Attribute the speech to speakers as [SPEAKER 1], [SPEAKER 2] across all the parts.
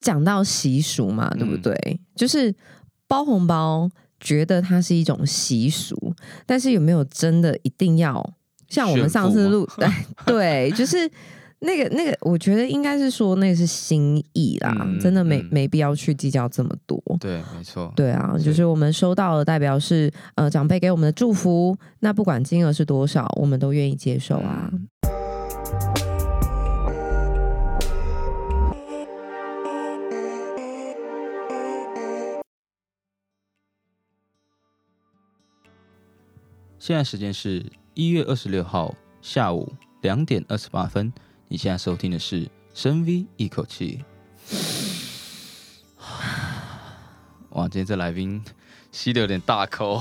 [SPEAKER 1] 讲到习俗
[SPEAKER 2] 嗯
[SPEAKER 1] 嘛，对不对？就是包红包，觉得它是一种习俗，但是有没有真的一定要像我们上次 录对，就是那个那个，我觉得应该是说那个是心意啦，
[SPEAKER 2] 嗯
[SPEAKER 1] 真的没
[SPEAKER 2] 嗯
[SPEAKER 1] 没必要去计较这么多。
[SPEAKER 2] 对，没错，
[SPEAKER 1] 对啊，就是是我们收到的代表是呃长辈给我们的祝福，那不管金额是多少，我们都愿意接受啊。
[SPEAKER 2] 嗯现在时间是一月二十六号下午两点二十八分。你现在收听的是深 V 一口气。哇，今天这来宾吸的有点大口。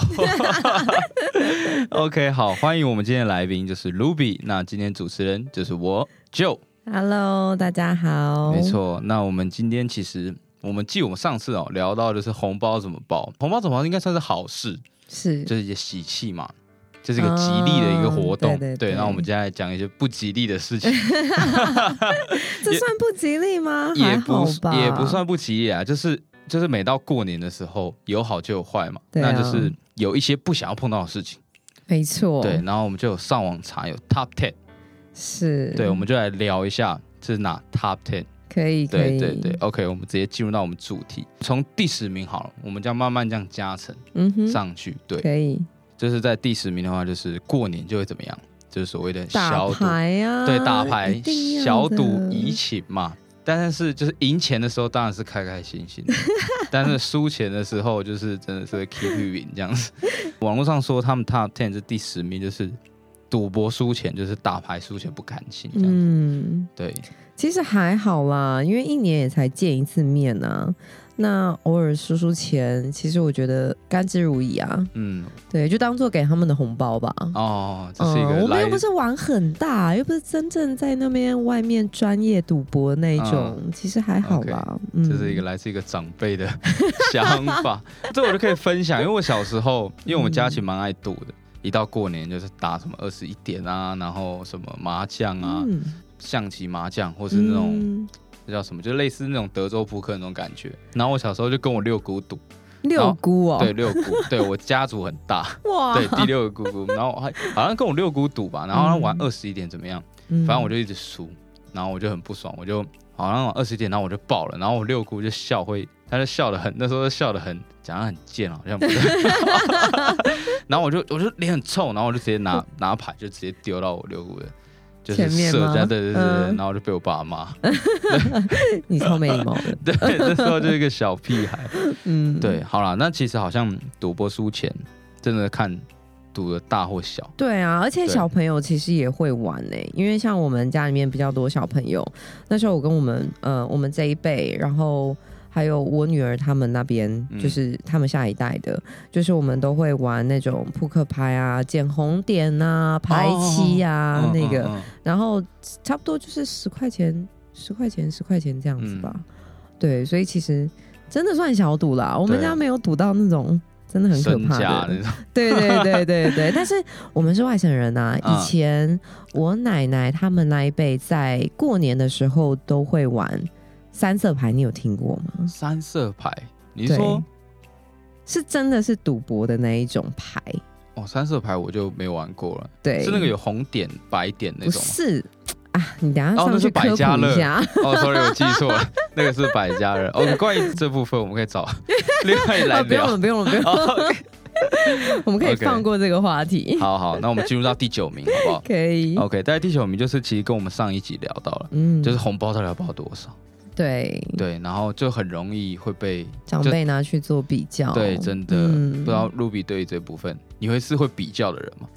[SPEAKER 2] OK，好，欢迎我们今天的来宾就是 Ruby，那今天主持人就是我 Joe。
[SPEAKER 1] Hello，大家好，
[SPEAKER 2] 没，错，那我们今天其实我们记我们上次哦聊到就是红包怎么包，红包怎么包应该算是好事，
[SPEAKER 1] 是
[SPEAKER 2] 就是一些喜气嘛，这是一个吉利的一个活动。
[SPEAKER 1] 哦对对对
[SPEAKER 2] 然后我们接下来讲一些不吉利的 事情，
[SPEAKER 1] 这算不吉利吗？
[SPEAKER 2] 也
[SPEAKER 1] 还好
[SPEAKER 2] 不
[SPEAKER 1] 吧，
[SPEAKER 2] 也不算不吉利啊，就是就是每到过年的时候，有好就有坏嘛，
[SPEAKER 1] 对啊
[SPEAKER 2] 那就是有一些不想要碰到的事情。
[SPEAKER 1] 没错，
[SPEAKER 2] 对，，然后我们就有上网查有 top ten，、
[SPEAKER 1] 是，
[SPEAKER 2] 对，我们就来聊一下这是哪 top ten。
[SPEAKER 1] 可以，可
[SPEAKER 2] 对
[SPEAKER 1] 以，
[SPEAKER 2] 对对，，OK，我们直接进入到我们主题，从第十名好了，我们这样慢慢这样加成
[SPEAKER 1] 嗯哼，
[SPEAKER 2] 上去。对，
[SPEAKER 1] 可以，
[SPEAKER 2] 就是在第十名的话，就是过年就会怎么样，就是所谓的
[SPEAKER 1] 打
[SPEAKER 2] 消毒。
[SPEAKER 1] 牌啊，
[SPEAKER 2] 对，打
[SPEAKER 1] 一
[SPEAKER 2] 牌
[SPEAKER 1] 定要
[SPEAKER 2] 小
[SPEAKER 1] 的
[SPEAKER 2] 赌怡情嘛。但是就是赢钱的时候当然是开开心心的但是输钱的时候就是真的是会 keep 赢这样子。网络上说他们 top ten 是第十名，就是赌博输钱，就是打牌输钱不甘心这样子。
[SPEAKER 1] 嗯，
[SPEAKER 2] 对，
[SPEAKER 1] 其实还好啦，因为一年也才见一次面啊。那偶尔输输钱，其实我觉得甘之如饴啊。
[SPEAKER 2] 嗯，
[SPEAKER 1] 对，就当做给他们的红包吧。
[SPEAKER 2] 哦，这是一
[SPEAKER 1] 嗯，
[SPEAKER 2] 个
[SPEAKER 1] 我们
[SPEAKER 2] 来
[SPEAKER 1] 又不是玩很大，又不是真正在那边外面专业赌博那一种，其实还好啦。嗯，
[SPEAKER 2] 嗯这是一个来自一个长辈的 想法，这我就可以分享。因为我小时候，因为我们家其实蛮爱赌的，一到过年就是打什么二十一点啊，然后什么麻将啊，
[SPEAKER 1] 嗯，
[SPEAKER 2] 象棋、麻将，或是那种、
[SPEAKER 1] 嗯
[SPEAKER 2] 那叫什么，就类似那种德州扑克那种感觉。然后我小时候就跟我六姑赌，
[SPEAKER 1] 六姑哦，
[SPEAKER 2] 对六姑，对我家族很大，
[SPEAKER 1] 哇，
[SPEAKER 2] 对第六个姑姑，然后还好像跟我六姑赌吧，然后她玩二十一点怎么样？
[SPEAKER 1] 嗯
[SPEAKER 2] 反正我就一直输，然后我就很不爽，我就好像二十点，然后我就爆了，然后我六姑就笑会，她就笑的很，那时候就笑的很，讲的很贱，哦好像不 是。 然后我就我就脸很臭，然后我就直 接拿拿牌就直接丢到我六姑的，就是
[SPEAKER 1] 前面
[SPEAKER 2] 射
[SPEAKER 1] 吗
[SPEAKER 2] 在对对对对，
[SPEAKER 1] 嗯
[SPEAKER 2] 然后就被我爸 骂，
[SPEAKER 1] 你超没礼貌 的，
[SPEAKER 2] 对，那时候就是一个小屁 孩。
[SPEAKER 1] 嗯，
[SPEAKER 2] 对，好啦，那其实好像赌博输钱，真的看赌的大或小。
[SPEAKER 1] 对啊，而且
[SPEAKER 2] 对
[SPEAKER 1] 小朋友其实也会玩呢、因为像我们家里面比较多小朋友，那时候我跟我们呃我们这一辈，然后还有我女儿他们那边，
[SPEAKER 2] 嗯
[SPEAKER 1] 就是他们下一代的，就是我们都会玩那种扑克牌啊、捡红点
[SPEAKER 2] 哦
[SPEAKER 1] 啊、牌七啊、
[SPEAKER 2] 嗯
[SPEAKER 1] 那
[SPEAKER 2] 嗯
[SPEAKER 1] 个，
[SPEAKER 2] 嗯
[SPEAKER 1] 然后差不多就是十块钱、十块钱、十块钱这样子
[SPEAKER 2] 嗯
[SPEAKER 1] 吧。对，所以其实真的算小赌啦，我们
[SPEAKER 2] 对啊
[SPEAKER 1] 家没有赌到那种真的很可
[SPEAKER 2] 身
[SPEAKER 1] 怕
[SPEAKER 2] 家
[SPEAKER 1] 的
[SPEAKER 2] 那。种，
[SPEAKER 1] 对对对对 对，但是我们是外省人呐、
[SPEAKER 2] 嗯
[SPEAKER 1] 以前我奶奶他们那一辈在过年的时候都会玩三色牌，你有听过吗？
[SPEAKER 2] 三色牌，你
[SPEAKER 1] 嗯对
[SPEAKER 2] 说
[SPEAKER 1] 是真的是赌博的那一种牌，
[SPEAKER 2] 哦，三色牌我就没玩过了，
[SPEAKER 1] 对，
[SPEAKER 2] 是那个有红点、白点那
[SPEAKER 1] 哎不
[SPEAKER 2] 种吗。
[SPEAKER 1] 是啊？你等一下
[SPEAKER 2] 哦那
[SPEAKER 1] 上
[SPEAKER 2] 是
[SPEAKER 1] 去
[SPEAKER 2] 百
[SPEAKER 1] 科普
[SPEAKER 2] 家乐
[SPEAKER 1] 一下，
[SPEAKER 2] 哦，sorry，我记错了，那个是百家乐。哦，关于这部分我们可 以找另外来
[SPEAKER 1] 啊不用
[SPEAKER 2] 聊。
[SPEAKER 1] 了不用了不用了，
[SPEAKER 2] 哦
[SPEAKER 1] 我们可以
[SPEAKER 2] OK
[SPEAKER 1] 放过这个话题，
[SPEAKER 2] 好好，那我们进入到第九名好
[SPEAKER 1] 可以
[SPEAKER 2] 不好？OK，在第九名就是其实跟我们上一集聊到了，
[SPEAKER 1] 嗯，
[SPEAKER 2] 哦就是红包到底要包多少？
[SPEAKER 1] 对
[SPEAKER 2] 对，然后就很容易会被
[SPEAKER 1] 长辈拿去做比较，
[SPEAKER 2] 对，真的、
[SPEAKER 1] 嗯
[SPEAKER 2] 不知道 Ruby 对于这部分，你会是会比较的人吗？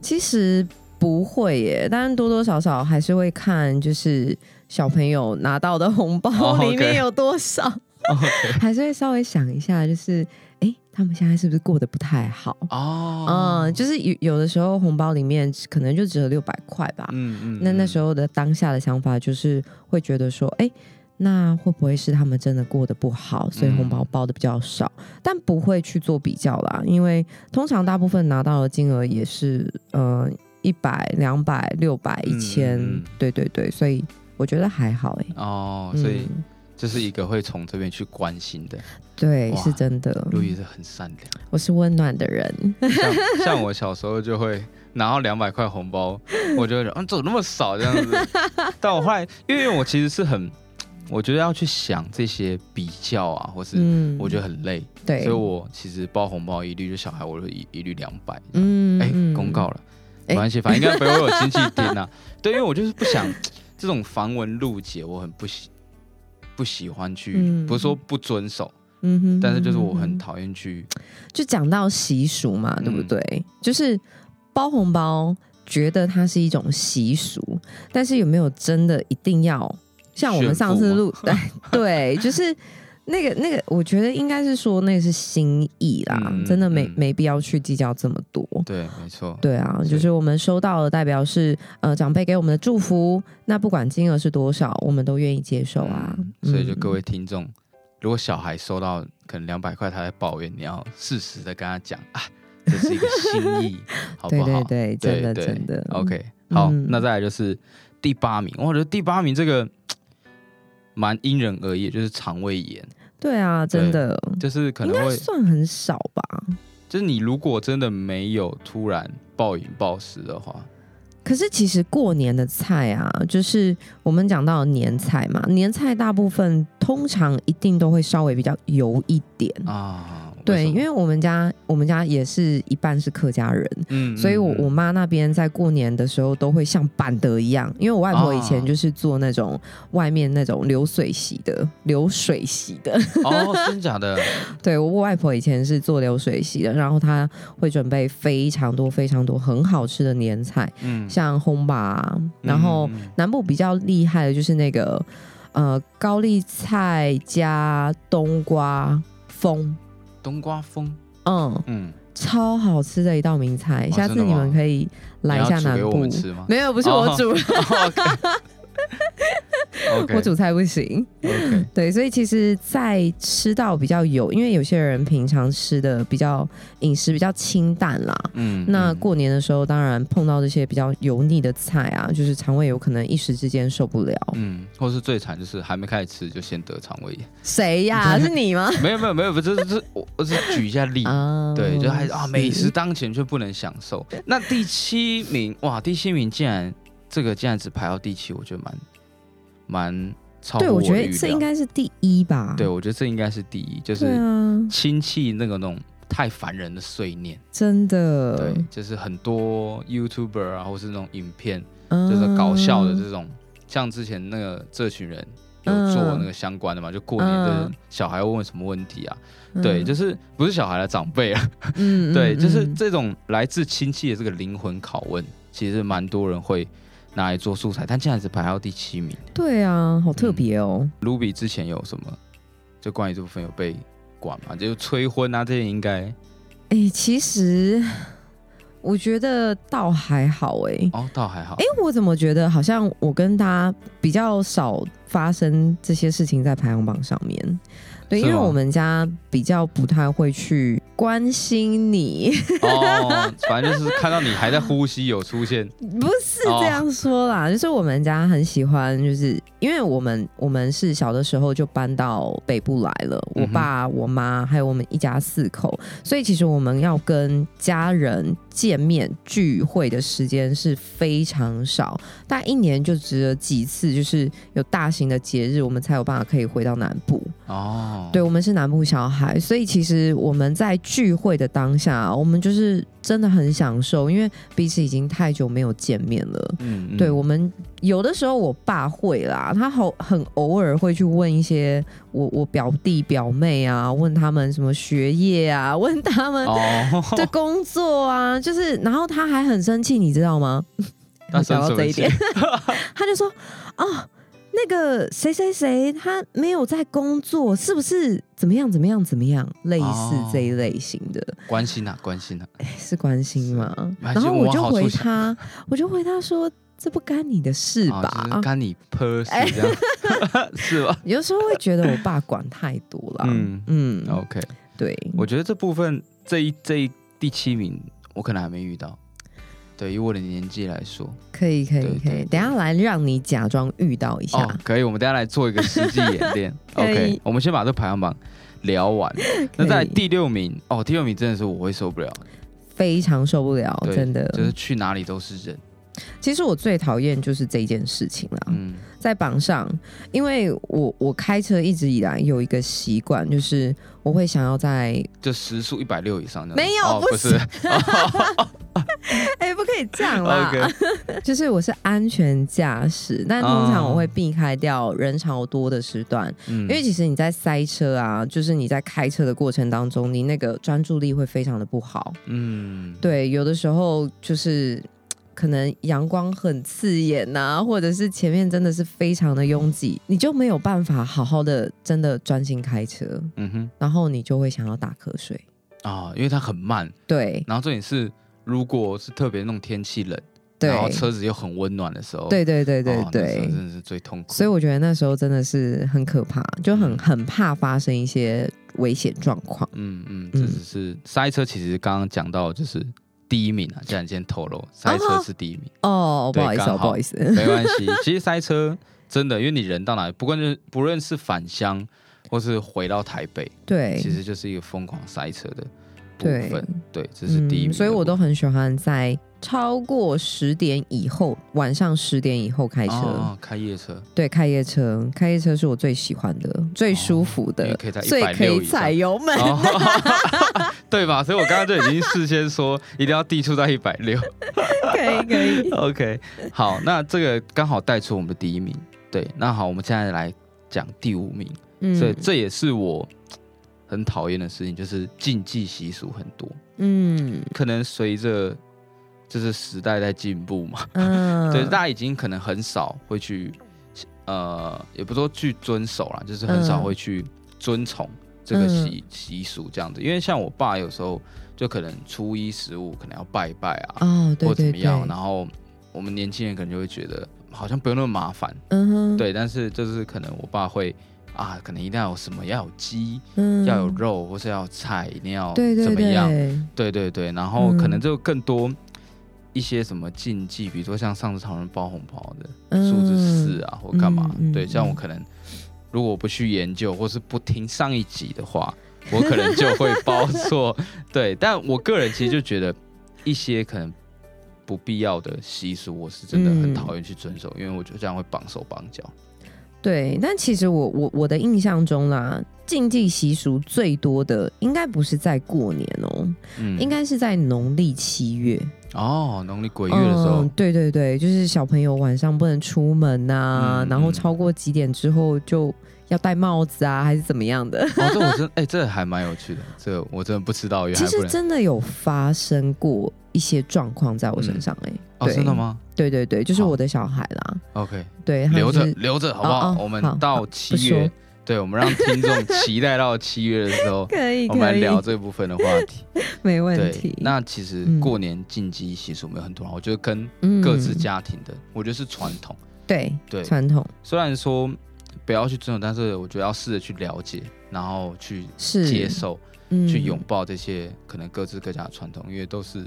[SPEAKER 1] 其实不会耶，但是多多少少还是会看，就是小朋友拿到的红包
[SPEAKER 2] 哦，OK 哦
[SPEAKER 1] 里面有多少
[SPEAKER 2] OK
[SPEAKER 1] 还是会稍微想一下，就是诶，他们现在是不是过得不太好？
[SPEAKER 2] 哦，
[SPEAKER 1] 嗯，就是有有的时候红包里面可能就只有六百块吧。
[SPEAKER 2] 嗯
[SPEAKER 1] 那那时
[SPEAKER 2] 候
[SPEAKER 1] 候的当下的想法就是会觉得说，诶，那会不会是他们真的过得不好，所以
[SPEAKER 2] 嗯
[SPEAKER 1] 红包包的比较少？但不会去做比较啦，因为通常大部分拿到的金额也是呃一百、两百、六百、一
[SPEAKER 2] 嗯
[SPEAKER 1] 千
[SPEAKER 2] 嗯嗯，
[SPEAKER 1] 对对对，所以我觉得还好哎、
[SPEAKER 2] 嗯哦，所以
[SPEAKER 1] 嗯
[SPEAKER 2] 就是一个会从这边去关心的。
[SPEAKER 1] 对，
[SPEAKER 2] 哇
[SPEAKER 1] 是真的。
[SPEAKER 2] 路易是很善良，
[SPEAKER 1] 我是温暖的人，
[SPEAKER 2] 像 像我小时候就会拿到两百块红包，我就会觉得，嗯，怎么那么少这样子？ 但我后来，因为我其实是很，我觉得要去想这些比较啊，或是
[SPEAKER 1] 嗯，
[SPEAKER 2] 我觉得很累，
[SPEAKER 1] 对，
[SPEAKER 2] 所以我其实包红包一律就小孩，我就一一律两百。
[SPEAKER 1] 嗯，
[SPEAKER 2] 哎、
[SPEAKER 1] 嗯
[SPEAKER 2] 公告了，
[SPEAKER 1] 哎
[SPEAKER 2] 没关系，反正应该不会有亲戚听啊。对，因为我就是不想这种繁文缛节，我很不喜不喜欢去，
[SPEAKER 1] 嗯
[SPEAKER 2] 不是说不遵守，
[SPEAKER 1] 嗯哼，
[SPEAKER 2] 但是就是我很
[SPEAKER 1] 嗯哼
[SPEAKER 2] 讨厌去，
[SPEAKER 1] 就讲到习俗嘛，对不
[SPEAKER 2] 嗯
[SPEAKER 1] 对？就是包红包，觉得它是一种习俗，但是有没有真的一定要像我们
[SPEAKER 2] 炫
[SPEAKER 1] 上
[SPEAKER 2] 富
[SPEAKER 1] 次
[SPEAKER 2] 吗
[SPEAKER 1] 录对， 就是那个那个，我觉得应该是说那个是心意啦，
[SPEAKER 2] 嗯
[SPEAKER 1] 真的没、
[SPEAKER 2] 嗯
[SPEAKER 1] 没必要去计较这么多。
[SPEAKER 2] 对，没错，
[SPEAKER 1] 对啊，
[SPEAKER 2] 是
[SPEAKER 1] 就是我们收到的代表是呃长辈给我们的祝福，那不管金额是多少，我们都愿意接受啊。
[SPEAKER 2] 嗯所以就各
[SPEAKER 1] 嗯
[SPEAKER 2] 位听众。如果小孩收到可能两百块，他在抱怨，你要适时的跟他讲 啊，这是一个心意，好不好？
[SPEAKER 1] 对对对，真的
[SPEAKER 2] 对
[SPEAKER 1] 真的
[SPEAKER 2] OK，好，
[SPEAKER 1] 嗯
[SPEAKER 2] 那再来就是第八名，我觉得第八名这个蛮因人而异，就是肠胃炎，
[SPEAKER 1] 对啊，真
[SPEAKER 2] 对
[SPEAKER 1] 的
[SPEAKER 2] 就是可
[SPEAKER 1] 应
[SPEAKER 2] 能
[SPEAKER 1] 该
[SPEAKER 2] 会，
[SPEAKER 1] 算很少吧。
[SPEAKER 2] 就是你如果真的没有突然暴饮暴食的话，
[SPEAKER 1] 可是其实过年的菜啊，就是我们讲到年菜嘛，年菜大部分通常一定都会稍微比较油一点。
[SPEAKER 2] 啊，
[SPEAKER 1] 嗯对，因
[SPEAKER 2] 为什么
[SPEAKER 1] 为我们家我们家也是一半是客家人，
[SPEAKER 2] 嗯
[SPEAKER 1] 所以我
[SPEAKER 2] 嗯
[SPEAKER 1] 我妈那边在过年的时候都会像板德一样，因为我外婆以前
[SPEAKER 2] 啊
[SPEAKER 1] 就是做那种外面那种流水席的，流水席的。
[SPEAKER 2] 哦，真假的，
[SPEAKER 1] 对我外婆以前是做流水席的，然后她会准备非常多非常多很好吃的年菜，
[SPEAKER 2] 嗯，
[SPEAKER 1] 像烘吧啊，然后
[SPEAKER 2] 嗯嗯
[SPEAKER 1] 南部比较厉害的就是那个呃高丽菜加冬瓜风，
[SPEAKER 2] 嗯冬瓜风，
[SPEAKER 1] 嗯，
[SPEAKER 2] 嗯，
[SPEAKER 1] 超好吃的一道名菜。
[SPEAKER 2] 哦
[SPEAKER 1] 下次
[SPEAKER 2] 真的
[SPEAKER 1] 你
[SPEAKER 2] 吗
[SPEAKER 1] 们可以来一下
[SPEAKER 2] 你
[SPEAKER 1] 南
[SPEAKER 2] 要煮给我
[SPEAKER 1] 部
[SPEAKER 2] 们。吃吗？ 哦
[SPEAKER 1] 没有，不是我煮，
[SPEAKER 2] OK，
[SPEAKER 1] 我煮菜不行。
[SPEAKER 2] OK，
[SPEAKER 1] 对，所以其实，在吃到比较油，因为有些人平常吃的比较饮食比较清淡啦，
[SPEAKER 2] 嗯，
[SPEAKER 1] 那
[SPEAKER 2] 嗯
[SPEAKER 1] 过年的时候，当然碰到这些比较油腻的菜啊，就是肠胃有可能一时之间受不了。
[SPEAKER 2] 嗯，或是最惨就是还没开始吃就先得肠胃炎，
[SPEAKER 1] 谁呀、是你吗？
[SPEAKER 2] 没有没有没有，不是这是我我只是举一下例
[SPEAKER 1] 啊
[SPEAKER 2] 对，就还是啊，美
[SPEAKER 1] 是
[SPEAKER 2] 食当前却不能享受。那第七名，哇，第七名竟然这个竟然只排到第七，我觉得蛮蛮超乎
[SPEAKER 1] 对，我觉
[SPEAKER 2] 的
[SPEAKER 1] 得
[SPEAKER 2] 预
[SPEAKER 1] 这
[SPEAKER 2] 料
[SPEAKER 1] 应，该是第一吧。
[SPEAKER 2] 对我觉得这应该是第一，就
[SPEAKER 1] 对
[SPEAKER 2] 是
[SPEAKER 1] 啊，
[SPEAKER 2] 亲戚那个那种太烦人的碎念，
[SPEAKER 1] 真的，
[SPEAKER 2] 对，就是很多 YouTuber 啊，或是那种影片，
[SPEAKER 1] 嗯，
[SPEAKER 2] 就是搞笑的这种，像之前那个这群人。有做那个相关的嘛？就过年的
[SPEAKER 1] 嗯
[SPEAKER 2] 小孩会问什么问题啊？
[SPEAKER 1] 嗯，
[SPEAKER 2] 对，就是不是小孩的长辈啊，
[SPEAKER 1] 嗯，嗯
[SPEAKER 2] 对，就是
[SPEAKER 1] 嗯
[SPEAKER 2] 这种来自亲戚的这个灵魂拷问，其实蛮多人会拿来做素材，但竟然只排到第七名。
[SPEAKER 1] 对啊，好
[SPEAKER 2] 嗯
[SPEAKER 1] 特别哦。
[SPEAKER 2] Ruby 之前有什么就关于这部分有被管嘛？就催婚啊这些应该
[SPEAKER 1] 哎、其实我觉得倒还好哎、
[SPEAKER 2] 哦倒还好。
[SPEAKER 1] 哎、我怎么觉得好像我跟他比较少发生这些事情在排行榜上面？对，
[SPEAKER 2] 是
[SPEAKER 1] 因为
[SPEAKER 2] 吗
[SPEAKER 1] 我们家比较不太会去关心你，
[SPEAKER 2] 哦，反正就是看到你还在呼吸有出现，
[SPEAKER 1] 不是
[SPEAKER 2] 哦
[SPEAKER 1] 这样说啦，就是我们家很喜欢，就是因为我们我们是小的时候就搬到北部来了，
[SPEAKER 2] 嗯哼
[SPEAKER 1] 我爸、我妈还有我们一家四口，所以其实我们要跟家人见面聚会的时间是非常少，但一年就只有几次，就是有大型的节日，我们才有办法可以回到南部。
[SPEAKER 2] 哦，
[SPEAKER 1] 对，我们是南部小孩，所以其实我们在聚会的当下，我们就是真的很享受，因为彼此已经太久没有见面了。
[SPEAKER 2] 嗯，嗯
[SPEAKER 1] 对我们有的时候，我爸会啦，他好很偶尔会去问一些我我表弟表妹啊，问他们什么学业啊，问他们
[SPEAKER 2] 哦，
[SPEAKER 1] 的工作啊，就是，然后他还很生气，你知道吗？
[SPEAKER 2] 那
[SPEAKER 1] 想到
[SPEAKER 2] 生什么
[SPEAKER 1] 这一
[SPEAKER 2] 气
[SPEAKER 1] 点， 他就说哦，那个谁谁谁他没有在工作，是不是怎么样怎么样怎么样，类似
[SPEAKER 2] 哦
[SPEAKER 1] 这一类型的，
[SPEAKER 2] 关心啊关心啊，
[SPEAKER 1] 哎是关心吗？
[SPEAKER 2] 关心
[SPEAKER 1] 然后我就
[SPEAKER 2] 我好
[SPEAKER 1] 回
[SPEAKER 2] 出息
[SPEAKER 1] 他，我就回他说。这不干你的事
[SPEAKER 2] 哦
[SPEAKER 1] 吧？啊哎
[SPEAKER 2] 就是干你 p e r s 这样 是吧
[SPEAKER 1] 有时候会觉得我爸管太多了。嗯
[SPEAKER 2] 嗯
[SPEAKER 1] 嗯，
[SPEAKER 2] ？OK，
[SPEAKER 1] 对，
[SPEAKER 2] 我觉得这部分这一这一第七名，我可能还没遇到。对，以我的年纪来说，
[SPEAKER 1] 可以可以
[SPEAKER 2] 对
[SPEAKER 1] 可以，
[SPEAKER 2] 对
[SPEAKER 1] 等一下来让你假装遇到一下，
[SPEAKER 2] 哦，可以，我们等一下来做一个实际演练。
[SPEAKER 1] 啊 可以
[SPEAKER 2] OK，我们先把这排行榜聊完。那在
[SPEAKER 1] 可以
[SPEAKER 2] 第六名，哦，第六名真的是我会受不了，
[SPEAKER 1] 非常受不了，
[SPEAKER 2] 对
[SPEAKER 1] 真的。
[SPEAKER 2] 就是去哪里都是人。
[SPEAKER 1] 其实我最讨厌就是这件事情啦，
[SPEAKER 2] 嗯，
[SPEAKER 1] 在榜上，因为我我开车一直以来有一个习惯，就是我会想要在，
[SPEAKER 2] 就时速一百六以上的。
[SPEAKER 1] 没有
[SPEAKER 2] 哦、
[SPEAKER 1] 不
[SPEAKER 2] 不是
[SPEAKER 1] 哎、不可以这样啦
[SPEAKER 2] ，OK，
[SPEAKER 1] 就是我是安全驾驶，但通常
[SPEAKER 2] 哦
[SPEAKER 1] 我会避开掉人潮多的时段，
[SPEAKER 2] 嗯
[SPEAKER 1] 因为其实你在塞车啊，就是你在开车的过程当中，你那个专注力会非常的不好。
[SPEAKER 2] 嗯，
[SPEAKER 1] 对，有的时候就是可能阳光很刺眼呐、或者是前面真的是非常的拥挤，你就没有办法好好的真的专心开车，
[SPEAKER 2] 嗯哼，
[SPEAKER 1] 然后你就会想要打瞌睡。
[SPEAKER 2] 啊、因为它很慢，
[SPEAKER 1] 对
[SPEAKER 2] 然后重点是，如果是特别那种天气冷，
[SPEAKER 1] 对
[SPEAKER 2] 然后车子又很温暖的时候，
[SPEAKER 1] 对对对对
[SPEAKER 2] 哦那时候
[SPEAKER 1] 对，
[SPEAKER 2] 真的是最痛苦。
[SPEAKER 1] 所以我觉得那时候真的是很可怕，就很很怕发生一些危险状况。
[SPEAKER 2] 嗯嗯，
[SPEAKER 1] 嗯
[SPEAKER 2] 这只是塞车，其实刚刚讲到就是第一名啊，既然先透露塞车是第一名，
[SPEAKER 1] 哦，不
[SPEAKER 2] 对
[SPEAKER 1] 好意思哦，
[SPEAKER 2] 刚
[SPEAKER 1] 不
[SPEAKER 2] 好
[SPEAKER 1] 好意思，
[SPEAKER 2] 没关系。 其实塞车真的，因为你人到哪里，不管是不论是返乡或是回到台北，
[SPEAKER 1] 对，
[SPEAKER 2] 其实就是一个疯狂塞车的部
[SPEAKER 1] 对嗯
[SPEAKER 2] 分。对，这是第一名的部分、
[SPEAKER 1] 所以我都很喜欢在超过十点以后，晚上十点以后开车。
[SPEAKER 2] 哦哦开夜车，
[SPEAKER 1] 对，开夜车，开夜车是我最喜欢的，最舒服
[SPEAKER 2] 因
[SPEAKER 1] 的
[SPEAKER 2] 为，哦可以在
[SPEAKER 1] 最
[SPEAKER 2] 160
[SPEAKER 1] 可以踩油门。
[SPEAKER 2] 哦 对吧？所以我刚刚就已经事先说，一定要地处在一百六。
[SPEAKER 1] 可以，可 以。
[SPEAKER 2] OK，好，那这个刚好带出我们的第一名。对，那好，我们现在来讲第五名，所以
[SPEAKER 1] 嗯
[SPEAKER 2] 这也是我很讨厌的事情，就是禁忌习俗很多，
[SPEAKER 1] 嗯
[SPEAKER 2] 可能随着就是时代在进步嘛，
[SPEAKER 1] 嗯，
[SPEAKER 2] 对，大家已经可能很少会去，呃，也不说去遵守啦，就是很少
[SPEAKER 1] 嗯
[SPEAKER 2] 会去遵从这个习习俗这样子。因为像我爸有时候就可能初一十五可能要拜一拜啊，
[SPEAKER 1] 哦，对
[SPEAKER 2] 或怎
[SPEAKER 1] 对
[SPEAKER 2] 么
[SPEAKER 1] 对，
[SPEAKER 2] 样，然后我们年轻人可能就会觉得好像不用那么麻烦，
[SPEAKER 1] 嗯哼，
[SPEAKER 2] 对。但是就是可能我爸会啊，可能一定要有什么要有鸡，
[SPEAKER 1] 嗯，
[SPEAKER 2] 要有肉，或是要有菜，一定要
[SPEAKER 1] 对
[SPEAKER 2] 怎
[SPEAKER 1] 对
[SPEAKER 2] 么样，
[SPEAKER 1] 对，
[SPEAKER 2] 对对对，然后可能
[SPEAKER 1] 嗯
[SPEAKER 2] 就更多一些什么禁忌，比如说像上次讨论包红包的
[SPEAKER 1] 嗯
[SPEAKER 2] 数字四啊，或干嘛
[SPEAKER 1] 嗯嗯，
[SPEAKER 2] 对，像我
[SPEAKER 1] 嗯
[SPEAKER 2] 可能如果我不去研究，或是不听上一集的话，我可能就会包 错，对，但我个人其实就觉得一些可能。不必要的习俗，我是真的
[SPEAKER 1] 嗯
[SPEAKER 2] 很讨厌去遵守，因为我觉得这样会绑手绑脚。
[SPEAKER 1] 对，但其实我我我的印象中啦，禁忌习俗最多的应该不是在过年哦，
[SPEAKER 2] 嗯，
[SPEAKER 1] 应该是在农历七月。
[SPEAKER 2] 哦，农历鬼月的时候，
[SPEAKER 1] 嗯，对对对，就是小朋友晚上不能出门呐、
[SPEAKER 2] 嗯
[SPEAKER 1] 然后超过几点之后就要戴帽子啊，还是怎么样的？
[SPEAKER 2] 哦，这我真哎、这还蛮有趣的，这个我真的不知道，原
[SPEAKER 1] 其
[SPEAKER 2] 来不
[SPEAKER 1] 实
[SPEAKER 2] 能
[SPEAKER 1] 真的有发生过一些状况在我身上哎、
[SPEAKER 2] 哦，
[SPEAKER 1] 对
[SPEAKER 2] 真的？吗
[SPEAKER 1] 对对对，就是
[SPEAKER 2] 好
[SPEAKER 1] 我的小孩啦，
[SPEAKER 2] ？OK，
[SPEAKER 1] 对，他
[SPEAKER 2] 留
[SPEAKER 1] 嗯就
[SPEAKER 2] 着
[SPEAKER 1] 是
[SPEAKER 2] 留着好不好？
[SPEAKER 1] 哦哦
[SPEAKER 2] 我们
[SPEAKER 1] 好
[SPEAKER 2] 到
[SPEAKER 1] 好
[SPEAKER 2] 七月
[SPEAKER 1] 说，
[SPEAKER 2] 对，我们让 听众期待到七月的时候，
[SPEAKER 1] 可以
[SPEAKER 2] 我们来
[SPEAKER 1] 可以，
[SPEAKER 2] 聊这部分的话题。
[SPEAKER 1] 没 问
[SPEAKER 2] 对
[SPEAKER 1] 题，。
[SPEAKER 2] 那其实
[SPEAKER 1] 嗯
[SPEAKER 2] 过年禁忌习俗没有很多啊，我觉得跟
[SPEAKER 1] 嗯
[SPEAKER 2] 各自家庭的，我觉得是传统。
[SPEAKER 1] 对
[SPEAKER 2] 对，
[SPEAKER 1] 传统
[SPEAKER 2] 虽然说不要去遵守，但是我觉得要试着去了解，然后去
[SPEAKER 1] 是
[SPEAKER 2] 接受，
[SPEAKER 1] 嗯
[SPEAKER 2] 去拥抱这些可能各自各家的传统，因为都是。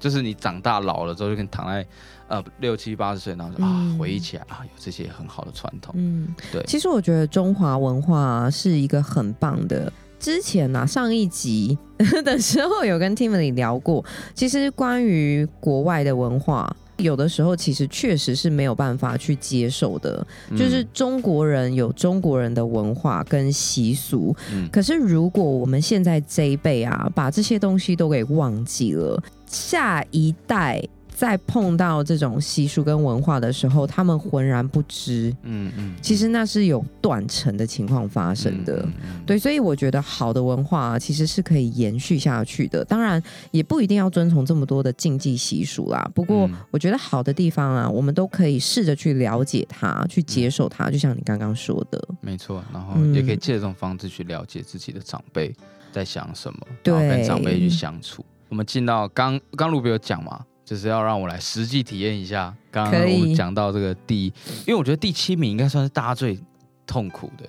[SPEAKER 2] 就是你长大老了之后，就跟你躺在呃六七八十岁，然后说、啊
[SPEAKER 1] 嗯
[SPEAKER 2] 回忆起来啊，有这些很好的传统。
[SPEAKER 1] 嗯，
[SPEAKER 2] 对
[SPEAKER 1] 其实我觉得中华文化、是一个很棒的。之前啊，上一集 的时候有跟 Timothy 聊过，其实关于国外的文化，有的时候其实确实是没有办法去接受的。嗯
[SPEAKER 2] 嗯
[SPEAKER 1] 就是中国人有中国人的文化跟习俗，
[SPEAKER 2] 嗯，
[SPEAKER 1] 可是如果我们现在这一辈啊，把这些东西都给忘记了，下一代再碰到这种习俗跟文化的时候，他们浑然不知。
[SPEAKER 2] 嗯嗯嗯，
[SPEAKER 1] 其实那是有断层的情况发生的。
[SPEAKER 2] 嗯，嗯嗯
[SPEAKER 1] 对，所以我觉得好的文化、其实是可以延续下去的，当然也不一定要遵从这么多的禁忌习俗啦。不过
[SPEAKER 2] 嗯
[SPEAKER 1] 我觉得好的地方啊，我们都可以试着去了解它，去接受它，就像你刚刚说的，
[SPEAKER 2] 没错。然后
[SPEAKER 1] 嗯
[SPEAKER 2] 也可以借这种方式去了解自己的长辈在想什么，
[SPEAKER 1] 对
[SPEAKER 2] 然后跟长辈去相处。我们进到刚刚卢比有讲嘛，就是要让我来实际体验一下。刚刚
[SPEAKER 1] 可以
[SPEAKER 2] 我们讲到这个第，因为我觉得第七名应该算是大家最痛苦的，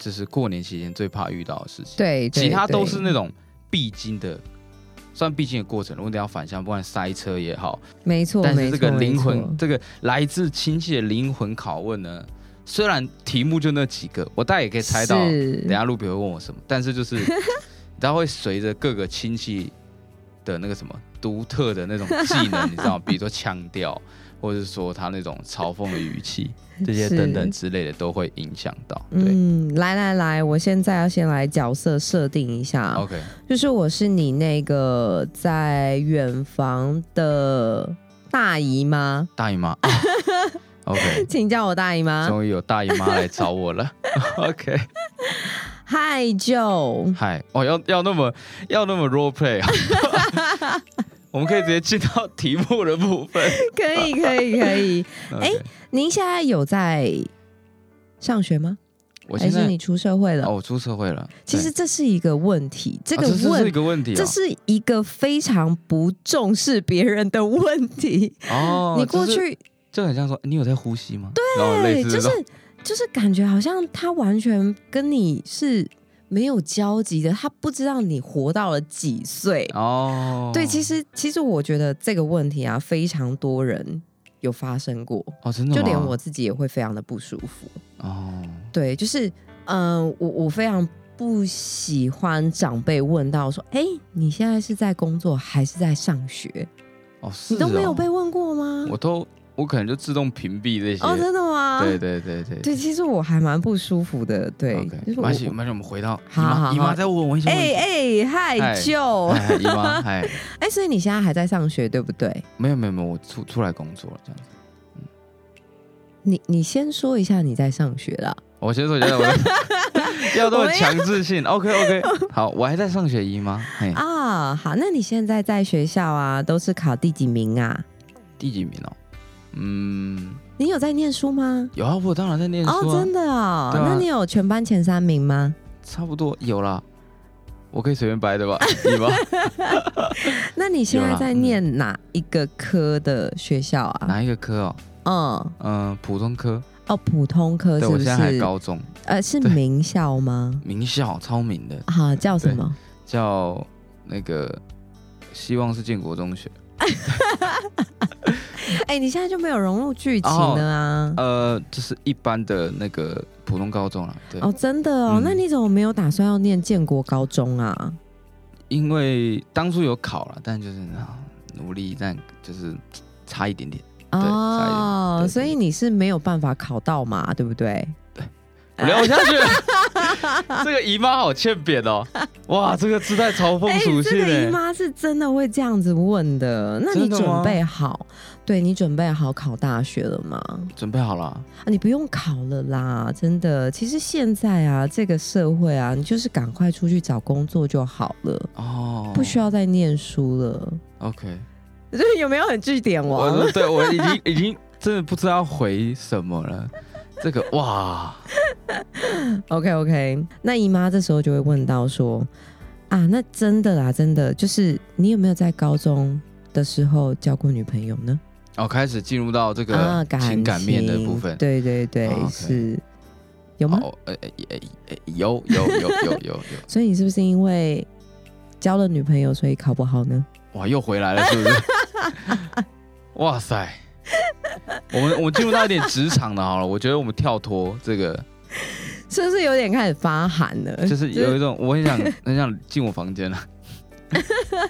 [SPEAKER 2] 就是过年期间最怕遇到的事情。
[SPEAKER 1] 对，对
[SPEAKER 2] 其他都是
[SPEAKER 1] 对
[SPEAKER 2] 那种必经的虽然必经的过程，如果你要返乡，不管塞车也好，
[SPEAKER 1] 没错，
[SPEAKER 2] 但是
[SPEAKER 1] 哦没
[SPEAKER 2] 这
[SPEAKER 1] 错，
[SPEAKER 2] 个灵
[SPEAKER 1] 没错
[SPEAKER 2] 魂，这个来自亲戚的灵魂拷问呢，虽然题目就那几个，我大概也可以猜到，啊等
[SPEAKER 1] 是
[SPEAKER 2] 一下陆比会问我什么，但是就是 他会随着各个亲戚的那个什么独特的那种技 能，你知道吗，比如说腔调，或者是说他那种嘲讽的语气，这些
[SPEAKER 1] 是
[SPEAKER 2] 等等之类的都会影响到。对、
[SPEAKER 1] 嗯，来来来，我现在要先来角色设定一下，
[SPEAKER 2] o k
[SPEAKER 1] 就是我是你那个在远房的大姨妈，
[SPEAKER 2] 大姨 妈、啊，OK，
[SPEAKER 1] 请叫我大姨妈。
[SPEAKER 2] 终于有大姨妈来找我了 ，OK。
[SPEAKER 1] 嗨，舅，
[SPEAKER 2] 嗨，哦，要要那么要那么 role play 啊？ 我们可以直接进到题目的部分。
[SPEAKER 1] 可以可以可 以。
[SPEAKER 2] OK
[SPEAKER 1] 哎您现在有在上学吗？
[SPEAKER 2] 我
[SPEAKER 1] 还
[SPEAKER 2] 现
[SPEAKER 1] 是
[SPEAKER 2] 在
[SPEAKER 1] 你出社会了？
[SPEAKER 2] 哦，我出社会了。
[SPEAKER 1] 其实
[SPEAKER 2] 对
[SPEAKER 1] 这是一个问题，这
[SPEAKER 2] 啊
[SPEAKER 1] 个
[SPEAKER 2] 这这
[SPEAKER 1] 问、
[SPEAKER 2] 是一个问题、哦，
[SPEAKER 1] 这是一个非常不重视别人的问题。
[SPEAKER 2] 哦，
[SPEAKER 1] 你过
[SPEAKER 2] 就是
[SPEAKER 1] 去
[SPEAKER 2] 就很像说你有在呼吸吗？对，然后类
[SPEAKER 1] 对，
[SPEAKER 2] 似
[SPEAKER 1] 就
[SPEAKER 2] 这
[SPEAKER 1] 是
[SPEAKER 2] 种，
[SPEAKER 1] 就是感觉好像他完全跟你是没有交集的，他不知道你活到了几岁。
[SPEAKER 2] 哦，
[SPEAKER 1] 对，其
[SPEAKER 2] 实
[SPEAKER 1] 实其实我觉得这个问题啊，非常多人有发生过，
[SPEAKER 2] 哦，真的
[SPEAKER 1] 就
[SPEAKER 2] 吗
[SPEAKER 1] 连我自己也会非常的不舒服。
[SPEAKER 2] 哦，
[SPEAKER 1] 对，就是嗯、呃我我非常不喜欢长辈问到说，哎、你现在是在工作还是在上学？
[SPEAKER 2] 哦，是
[SPEAKER 1] 你都没有
[SPEAKER 2] 哦
[SPEAKER 1] 被问过吗？
[SPEAKER 2] 我都我可能就自动屏蔽这些。
[SPEAKER 1] 哦，真的吗？
[SPEAKER 2] 对对对对。
[SPEAKER 1] 对，其实我还蛮不舒服的。对
[SPEAKER 2] OK，
[SPEAKER 1] 就
[SPEAKER 2] 没
[SPEAKER 1] 是
[SPEAKER 2] 关系，
[SPEAKER 1] 我
[SPEAKER 2] 没关系，我们回到姨
[SPEAKER 1] 好好
[SPEAKER 2] 妈，
[SPEAKER 1] 好
[SPEAKER 2] 姨妈在问我一些问
[SPEAKER 1] 哎
[SPEAKER 2] 题。
[SPEAKER 1] 哎，嗨
[SPEAKER 2] 嗨
[SPEAKER 1] 舅，
[SPEAKER 2] 哎哎姨妈，哎，
[SPEAKER 1] 哎，所以你现在还在上学对不对？
[SPEAKER 2] 没有没有没有，我出出来工作了这样子。
[SPEAKER 1] 你你先说一下你在上学啦。
[SPEAKER 2] 我先说一下， 我要那
[SPEAKER 1] 我
[SPEAKER 2] 么
[SPEAKER 1] 们要
[SPEAKER 2] 强制性。OK OK，好，我还在上学姨吗？嘿，
[SPEAKER 1] 啊，好，那你现在在学校啊，都是考第几名啊？
[SPEAKER 2] 第几名哦？嗯，
[SPEAKER 1] 你有在念书吗？
[SPEAKER 2] 有啊，我当然在念
[SPEAKER 1] 哦，
[SPEAKER 2] 书啊
[SPEAKER 1] 真，的哦，
[SPEAKER 2] 对啊
[SPEAKER 1] 那你有全班前三名吗？
[SPEAKER 2] 差不多有啦。我可以随便掰 的吧？你吧，
[SPEAKER 1] 那你现
[SPEAKER 2] 有
[SPEAKER 1] 在
[SPEAKER 2] 啦嗯
[SPEAKER 1] 在念哪一个科的学校啊？
[SPEAKER 2] 哪一个科哦？
[SPEAKER 1] 嗯，
[SPEAKER 2] 嗯，普通科。
[SPEAKER 1] 哦，普通科
[SPEAKER 2] 对
[SPEAKER 1] 是
[SPEAKER 2] 我
[SPEAKER 1] 不
[SPEAKER 2] 现在还
[SPEAKER 1] 是？
[SPEAKER 2] 高中，
[SPEAKER 1] 呃，是
[SPEAKER 2] 对
[SPEAKER 1] 名校吗？
[SPEAKER 2] 名校超名的，
[SPEAKER 1] 啊，叫什么？
[SPEAKER 2] 叫那个希望是建国中学。
[SPEAKER 1] 哎，你现在就没有融入剧情
[SPEAKER 2] 哦
[SPEAKER 1] 了啊？
[SPEAKER 2] 呃，就是一般的那个普通高中啦。对，
[SPEAKER 1] 哦，真的哦，
[SPEAKER 2] 嗯
[SPEAKER 1] 那你怎么没有打算要念建国高中啊？
[SPEAKER 2] 因为当初有考了，但就是啊努力，但就是差一点点。差一点对
[SPEAKER 1] 哦
[SPEAKER 2] 对，
[SPEAKER 1] 所以你是没有办法考到嘛，对不对？
[SPEAKER 2] 聊下去， 这个姨妈好欠扁哦！哇，这个姿态超风俗
[SPEAKER 1] 这
[SPEAKER 2] 性
[SPEAKER 1] 个姨
[SPEAKER 2] 哎、
[SPEAKER 1] 妈是真的会这样子问的。那你
[SPEAKER 2] 真的吗
[SPEAKER 1] 准备好？对你准备好考大学了吗？啊，
[SPEAKER 2] 准备好了，
[SPEAKER 1] 你不用考了啦，真的。其实现在啊，这个社会啊，你就是赶快出去找工作就好了，
[SPEAKER 2] 哦，
[SPEAKER 1] 不需要再念书了。
[SPEAKER 2] OK，
[SPEAKER 1] 这有没有很据点
[SPEAKER 2] 我
[SPEAKER 1] 王？
[SPEAKER 2] 对我已 经已经真的不知道回什么了。这个哇，
[SPEAKER 1] OK OK，那姨妈这时候就会问到说，啊，那真的啦，真的，就是你有没有在高中的时候交过女朋友呢？
[SPEAKER 2] 哦，开始进入到这
[SPEAKER 1] 啊
[SPEAKER 2] 个，情感面的部分。
[SPEAKER 1] 对对对，
[SPEAKER 2] 啊，OK
[SPEAKER 1] 是有吗？
[SPEAKER 2] 哦，呃，呃呃呃有有有有有有，
[SPEAKER 1] 所以你是不是因为交了女朋友，所以考不好呢？
[SPEAKER 2] 哇，又回来了，是不是？哇塞，我们我们进入到一点职场的好了，我觉得我们跳脱这个
[SPEAKER 1] 是不是有点开始发寒了？
[SPEAKER 2] 就是有一种我很想 很想进我房间了。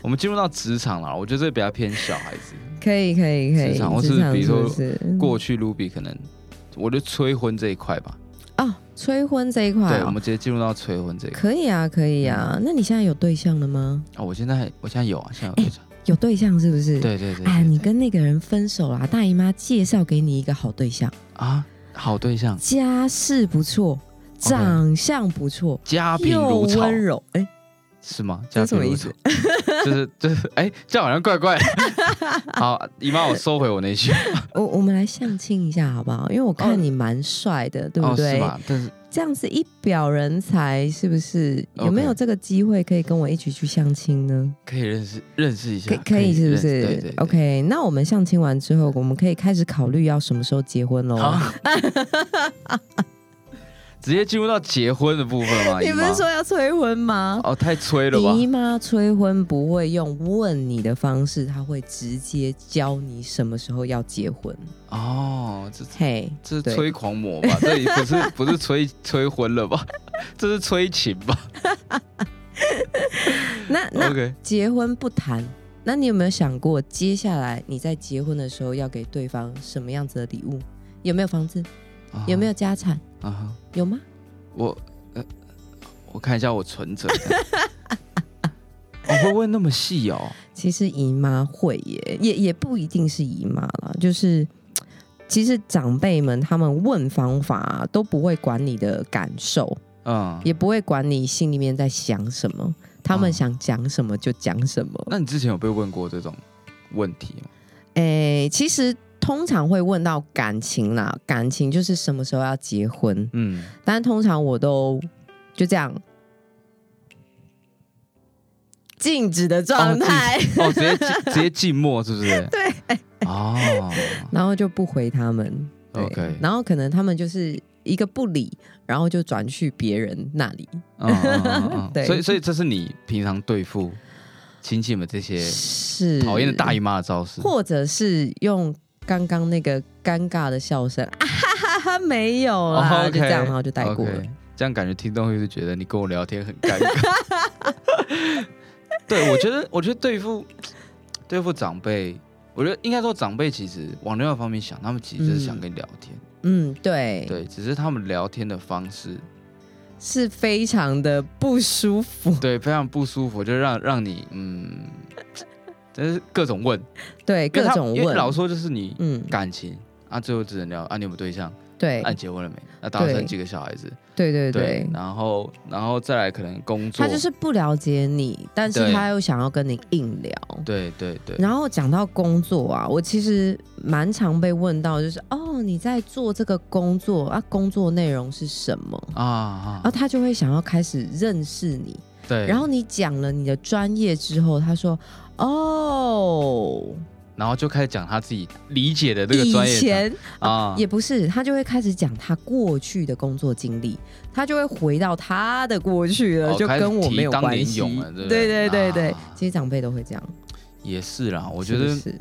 [SPEAKER 2] 我们进入到职场了，我觉得这比较偏小孩子。
[SPEAKER 1] 可以可以可以，
[SPEAKER 2] 职场或是
[SPEAKER 1] 职场
[SPEAKER 2] 比如
[SPEAKER 1] 是
[SPEAKER 2] 说
[SPEAKER 1] 不是
[SPEAKER 2] 过去 Ruby 可能，我就催婚这一块吧。
[SPEAKER 1] 哦，催婚这一块
[SPEAKER 2] 对，
[SPEAKER 1] 哦、
[SPEAKER 2] 我们直接进入到催婚这一块。
[SPEAKER 1] 可以啊可以啊。那你现在有对象了吗？
[SPEAKER 2] 啊、我现在我现在有啊，现在有对象。
[SPEAKER 1] 有对象是不是？
[SPEAKER 2] 对对对
[SPEAKER 1] 哎，
[SPEAKER 2] 对
[SPEAKER 1] 你跟那个人分手啦，大姨妈介绍给你一个好对象，
[SPEAKER 2] 啊，好对象，
[SPEAKER 1] 家世不错，长相不错，
[SPEAKER 2] 家贫
[SPEAKER 1] 又
[SPEAKER 2] 如草
[SPEAKER 1] 温柔，哎、
[SPEAKER 2] 是吗？家
[SPEAKER 1] 这
[SPEAKER 2] 贫如
[SPEAKER 1] 什
[SPEAKER 2] 草， 就是就是，哎、这样好像怪 怪的。好，姨妈，我收回我那句。
[SPEAKER 1] 我我们来相亲一下好不好？因为我
[SPEAKER 2] 哦
[SPEAKER 1] 看你蛮帅的，对不
[SPEAKER 2] 哦，是
[SPEAKER 1] 对？
[SPEAKER 2] 吗？但是
[SPEAKER 1] 这样子一表人才，是不是？
[SPEAKER 2] OK
[SPEAKER 1] 有没有这个机会可以跟我一起去相亲呢？
[SPEAKER 2] 可以认识认识一下
[SPEAKER 1] 可，可以是不
[SPEAKER 2] 啊认识对对
[SPEAKER 1] 是
[SPEAKER 2] 对
[SPEAKER 1] ？OK，那我们相亲完之后，我们可以开始考虑要什么时候结婚喽。
[SPEAKER 2] 啊，哦 直接进入到结婚的部分嘛？
[SPEAKER 1] 你
[SPEAKER 2] 姨
[SPEAKER 1] 不
[SPEAKER 2] 妈
[SPEAKER 1] 是说要催婚吗？
[SPEAKER 2] 哦，太催了吧？
[SPEAKER 1] 姨妈催婚不会用问你的方式，她会直接教你什么时候要结婚。
[SPEAKER 2] 哦，这
[SPEAKER 1] 嘿、
[SPEAKER 2] 这是
[SPEAKER 1] 对
[SPEAKER 2] 催狂魔 吧？这里不是不是催催婚了吧？ 这是催情吧
[SPEAKER 1] 那那
[SPEAKER 2] ？OK，
[SPEAKER 1] 结婚不谈，那你有没有想过，接下来你在结婚的时候要给对方什么样子的礼物？有没有房子？有没有家产？
[SPEAKER 2] 啊？啊哈
[SPEAKER 1] 有吗？
[SPEAKER 2] 我呃，我看一下我存 折。我、哦、会问那么细哦？
[SPEAKER 1] 其实姨妈会耶，也也不一定是姨妈啦，就是其实长辈们他们问方法啊、都不会管你的感受，
[SPEAKER 2] 嗯，
[SPEAKER 1] 也不会管你心里面在想什么，他们想讲什么就讲什么。
[SPEAKER 2] 那你之前有被问过这种问题 吗？
[SPEAKER 1] 诶、其实通常会问到感情啦，感情就是什么时候要结婚，
[SPEAKER 2] 嗯，
[SPEAKER 1] 但通常我都就这样。静止的状态，
[SPEAKER 2] 哦，直接静直接静默是不是？对。哦，
[SPEAKER 1] 然后就不回他们。对
[SPEAKER 2] OK
[SPEAKER 1] 然后可能他们就是一个不理，然后就转去别人那里。
[SPEAKER 2] 嗯嗯嗯嗯
[SPEAKER 1] 对
[SPEAKER 2] 所以所以这是你平常对付亲戚们这些
[SPEAKER 1] 是
[SPEAKER 2] 讨厌的大姨妈的招式。
[SPEAKER 1] 或者是用刚刚那个尴尬的笑声，啊哈哈哈，没有啦
[SPEAKER 2] 哦，OK
[SPEAKER 1] 啊就这样，然后就带过了。
[SPEAKER 2] OK，这样感觉听众会是觉得你跟我聊天很尴尬。 对，我觉得，我觉得对付对付长辈，我觉得应该说长辈其实往另外一方面想，他们其实就是想跟你聊天，
[SPEAKER 1] 嗯，对，
[SPEAKER 2] 对，只是他们聊天的方式，
[SPEAKER 1] 是非常的不舒服。
[SPEAKER 2] 对，非常不舒服，就让让你嗯，真是各种问，
[SPEAKER 1] 对，
[SPEAKER 2] 因
[SPEAKER 1] 各
[SPEAKER 2] 为他
[SPEAKER 1] 种
[SPEAKER 2] 因为
[SPEAKER 1] 问。
[SPEAKER 2] 老说就是你
[SPEAKER 1] 嗯，
[SPEAKER 2] 感情。啊，最后只能聊啊，你有没有对象？
[SPEAKER 1] 对
[SPEAKER 2] 啊，，你结婚了没？啊，打算
[SPEAKER 1] 对
[SPEAKER 2] 几个小孩子？
[SPEAKER 1] 对哎对对。
[SPEAKER 2] 然后，然后再来可能工作，
[SPEAKER 1] 他就是不了解你，但是
[SPEAKER 2] 对
[SPEAKER 1] 他又想要跟你硬聊。
[SPEAKER 2] 对对对，
[SPEAKER 1] 然后讲到工作啊，我其实蛮常被问到，就是哦，你在做这个工作啊，工作内容是什么？
[SPEAKER 2] 啊啊
[SPEAKER 1] 然后他就会想要开始认识你，
[SPEAKER 2] 对，
[SPEAKER 1] 然后你讲了你的专业之后，他说哦，
[SPEAKER 2] 然后就开始讲他自己理解的这个
[SPEAKER 1] 以
[SPEAKER 2] 专业
[SPEAKER 1] 前
[SPEAKER 2] 啊，
[SPEAKER 1] 也不是，他就会开始讲他过去的工作经历，他就会回到他的过去了，
[SPEAKER 2] 哦
[SPEAKER 1] 就
[SPEAKER 2] 开始
[SPEAKER 1] 跟我
[SPEAKER 2] 提
[SPEAKER 1] 没有
[SPEAKER 2] 当
[SPEAKER 1] 关
[SPEAKER 2] 年
[SPEAKER 1] 系
[SPEAKER 2] 勇了对。
[SPEAKER 1] 对
[SPEAKER 2] 不
[SPEAKER 1] 对
[SPEAKER 2] 对
[SPEAKER 1] 对对
[SPEAKER 2] 啊，
[SPEAKER 1] 其实长辈都会这样，
[SPEAKER 2] 也是啦。我觉得，
[SPEAKER 1] 是不是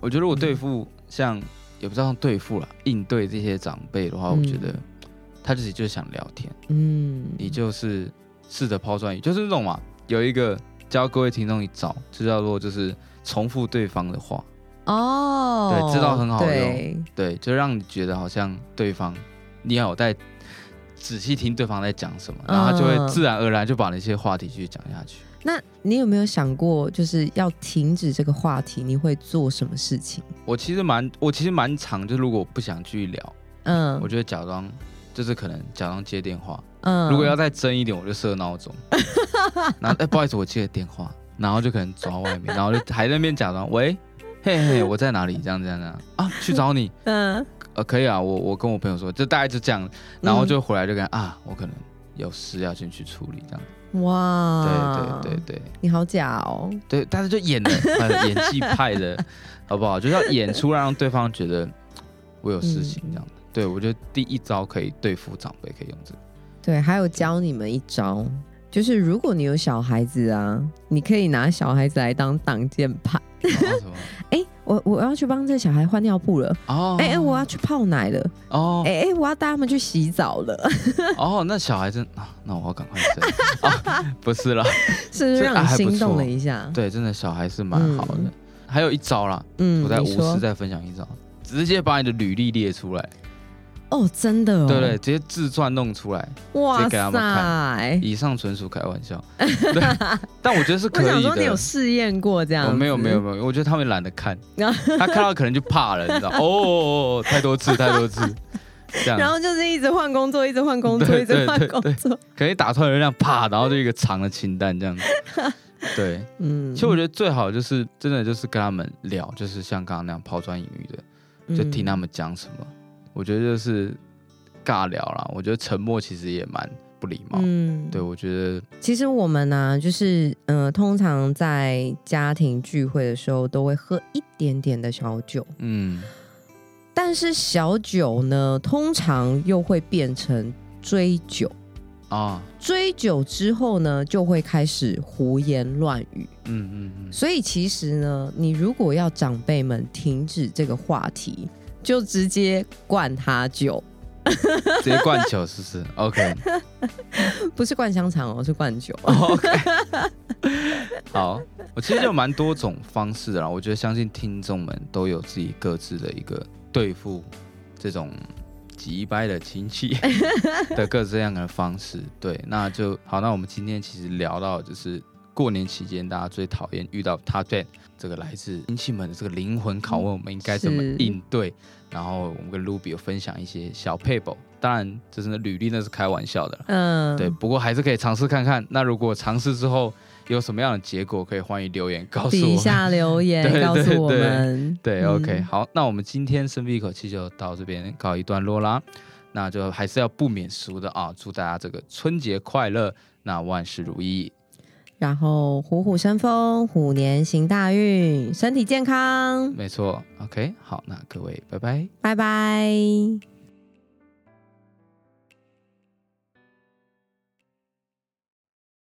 [SPEAKER 2] 我觉得我对付像也不知道对付啦，应对这些长辈的话，
[SPEAKER 1] 嗯
[SPEAKER 2] 我觉得他自己就是想聊天，
[SPEAKER 1] 嗯，
[SPEAKER 2] 你就是试着抛砖引，就是那种嘛，有一个教各位听众一招，就叫做就是重复对方的话，
[SPEAKER 1] 哦，
[SPEAKER 2] 对这招很好用
[SPEAKER 1] 对
[SPEAKER 2] 对，就让你觉得好像对方你有在。仔细听对方在讲什么，然后他就
[SPEAKER 1] 嗯
[SPEAKER 2] 会自然而然就把那些话题继续讲下去。
[SPEAKER 1] 那你有没有想过，就是要停止这个话题，你会做什么事情？
[SPEAKER 2] 我其实蛮，我其实蛮常，就如果我不想继续聊，
[SPEAKER 1] 嗯
[SPEAKER 2] 我就会假装，就是可能假装接电话。
[SPEAKER 1] 嗯
[SPEAKER 2] 如果要再真一点，我就设 闹钟。然后，哎、不好意思，我接了电话，然后就可能走到外面，然后就还在那边假装，喂，嘿嘿，我在哪里？这样这样这样啊，去找你。
[SPEAKER 1] 嗯
[SPEAKER 2] 呃，可以啊，我我跟我朋友说，就大概就这样，然
[SPEAKER 1] 嗯
[SPEAKER 2] 后就回来就跟、啊，我可能有事要先去处理这样。
[SPEAKER 1] 哇，
[SPEAKER 2] 对对，对对
[SPEAKER 1] 你好假哦，
[SPEAKER 2] 对，但是就演了，呃演技派的，好不好？就是要演出让对方觉得我有事
[SPEAKER 1] 嗯
[SPEAKER 2] 情这样的。对，我觉得第一招可以对付长辈，可以用这个。
[SPEAKER 1] 对，还有教你们一招。就是如果你有小孩子啊，你可以拿小孩子来当挡箭牌。
[SPEAKER 2] 然后什么？
[SPEAKER 1] 哎、我我要去帮这小孩换尿布了。
[SPEAKER 2] 哦，
[SPEAKER 1] 哎哎、我要去泡奶了。
[SPEAKER 2] 哦
[SPEAKER 1] 哎、哎、我要带他们去洗澡了。
[SPEAKER 2] 哦，那小孩真啊，那我要赶快生啊！ 不是啦，
[SPEAKER 1] 是不是
[SPEAKER 2] 这
[SPEAKER 1] 让你
[SPEAKER 2] 还不
[SPEAKER 1] 心动
[SPEAKER 2] 错
[SPEAKER 1] 了一下？
[SPEAKER 2] 对，真的小孩是蛮好的
[SPEAKER 1] 嗯。
[SPEAKER 2] 还有一招啦，
[SPEAKER 1] 嗯，
[SPEAKER 2] 我在无
[SPEAKER 1] 你说
[SPEAKER 2] 私再分享一招，直接把你的履历列出来，
[SPEAKER 1] 哦，真的哦，
[SPEAKER 2] 对对，直接自传弄出来。
[SPEAKER 1] 哇
[SPEAKER 2] 直接给他们
[SPEAKER 1] 塞！
[SPEAKER 2] 以上纯属开玩笑，对，但我觉得是
[SPEAKER 1] 我
[SPEAKER 2] 可
[SPEAKER 1] 想
[SPEAKER 2] 以
[SPEAKER 1] 说你有
[SPEAKER 2] 的。
[SPEAKER 1] 试验过这样
[SPEAKER 2] 我
[SPEAKER 1] 子？
[SPEAKER 2] 没有没有没有，我觉得他们懒得看，他看到可能就怕了，你知道？哦哦哦，太多次太多次，这
[SPEAKER 1] 然
[SPEAKER 2] 样
[SPEAKER 1] 后就是一直换工作，一直换工作，
[SPEAKER 2] 对
[SPEAKER 1] 一直换
[SPEAKER 2] 对
[SPEAKER 1] 工作。
[SPEAKER 2] 可能打出来的量啪，然后就一个长的清单这样子。对，
[SPEAKER 1] 嗯，
[SPEAKER 2] 其实我觉得最好就是真的就是跟他们聊，就是像刚刚那样抛砖引玉的，
[SPEAKER 1] 得
[SPEAKER 2] 就听他们讲什么。我觉得就是尬聊啦，我觉得沉默其实也蛮不礼貌。
[SPEAKER 1] 嗯
[SPEAKER 2] 对，我觉得
[SPEAKER 1] 其实我们呢、就是呃，通常在家庭聚会的时候都会喝一点点的小酒，
[SPEAKER 2] 嗯
[SPEAKER 1] 但是小酒呢，通常又会变成追酒，
[SPEAKER 2] 啊，
[SPEAKER 1] 追酒之后呢，就会开始胡言乱语。
[SPEAKER 2] 嗯嗯嗯，
[SPEAKER 1] 所以其实呢，你如果要长辈们停止这个话题，就直接灌他酒，
[SPEAKER 2] 直接灌球是不是？OK
[SPEAKER 1] 不是灌香肠哦，是灌酒。
[SPEAKER 2] OK，好，我其实有蛮多种方式的啦。我觉得相信听众们都有自己各自的一个对付这种急掰的亲戚的各式各样的方式。对，那就好。那我们今天其实聊到就是。过年期间，大家最讨厌遇到他对这个来自亲戚们的这个灵魂拷问，我们应该怎么
[SPEAKER 1] 是
[SPEAKER 2] 应对？然后我们跟 Ruby 有分享一些小 paper，当然这是履历那是开玩笑的啦，
[SPEAKER 1] 嗯，
[SPEAKER 2] 对，不过还是可以尝试看看。那如果尝试之后有什么样的结果，可以欢迎留言告诉
[SPEAKER 1] 底
[SPEAKER 2] 我们。
[SPEAKER 1] 下留言
[SPEAKER 2] 对
[SPEAKER 1] 告
[SPEAKER 2] 对
[SPEAKER 1] 诉我
[SPEAKER 2] 对
[SPEAKER 1] 们。
[SPEAKER 2] 对
[SPEAKER 1] 嗯
[SPEAKER 2] ，OK，、好，那我们今天深吸一口气就到这边告一段落啦。那就还是要不免俗的啊，祝大家这个春节快乐，那万事如意，
[SPEAKER 1] 然后虎虎生风，虎年行大运，身体健康，
[SPEAKER 2] 没错。OK，好，那各位拜拜。
[SPEAKER 1] 拜拜。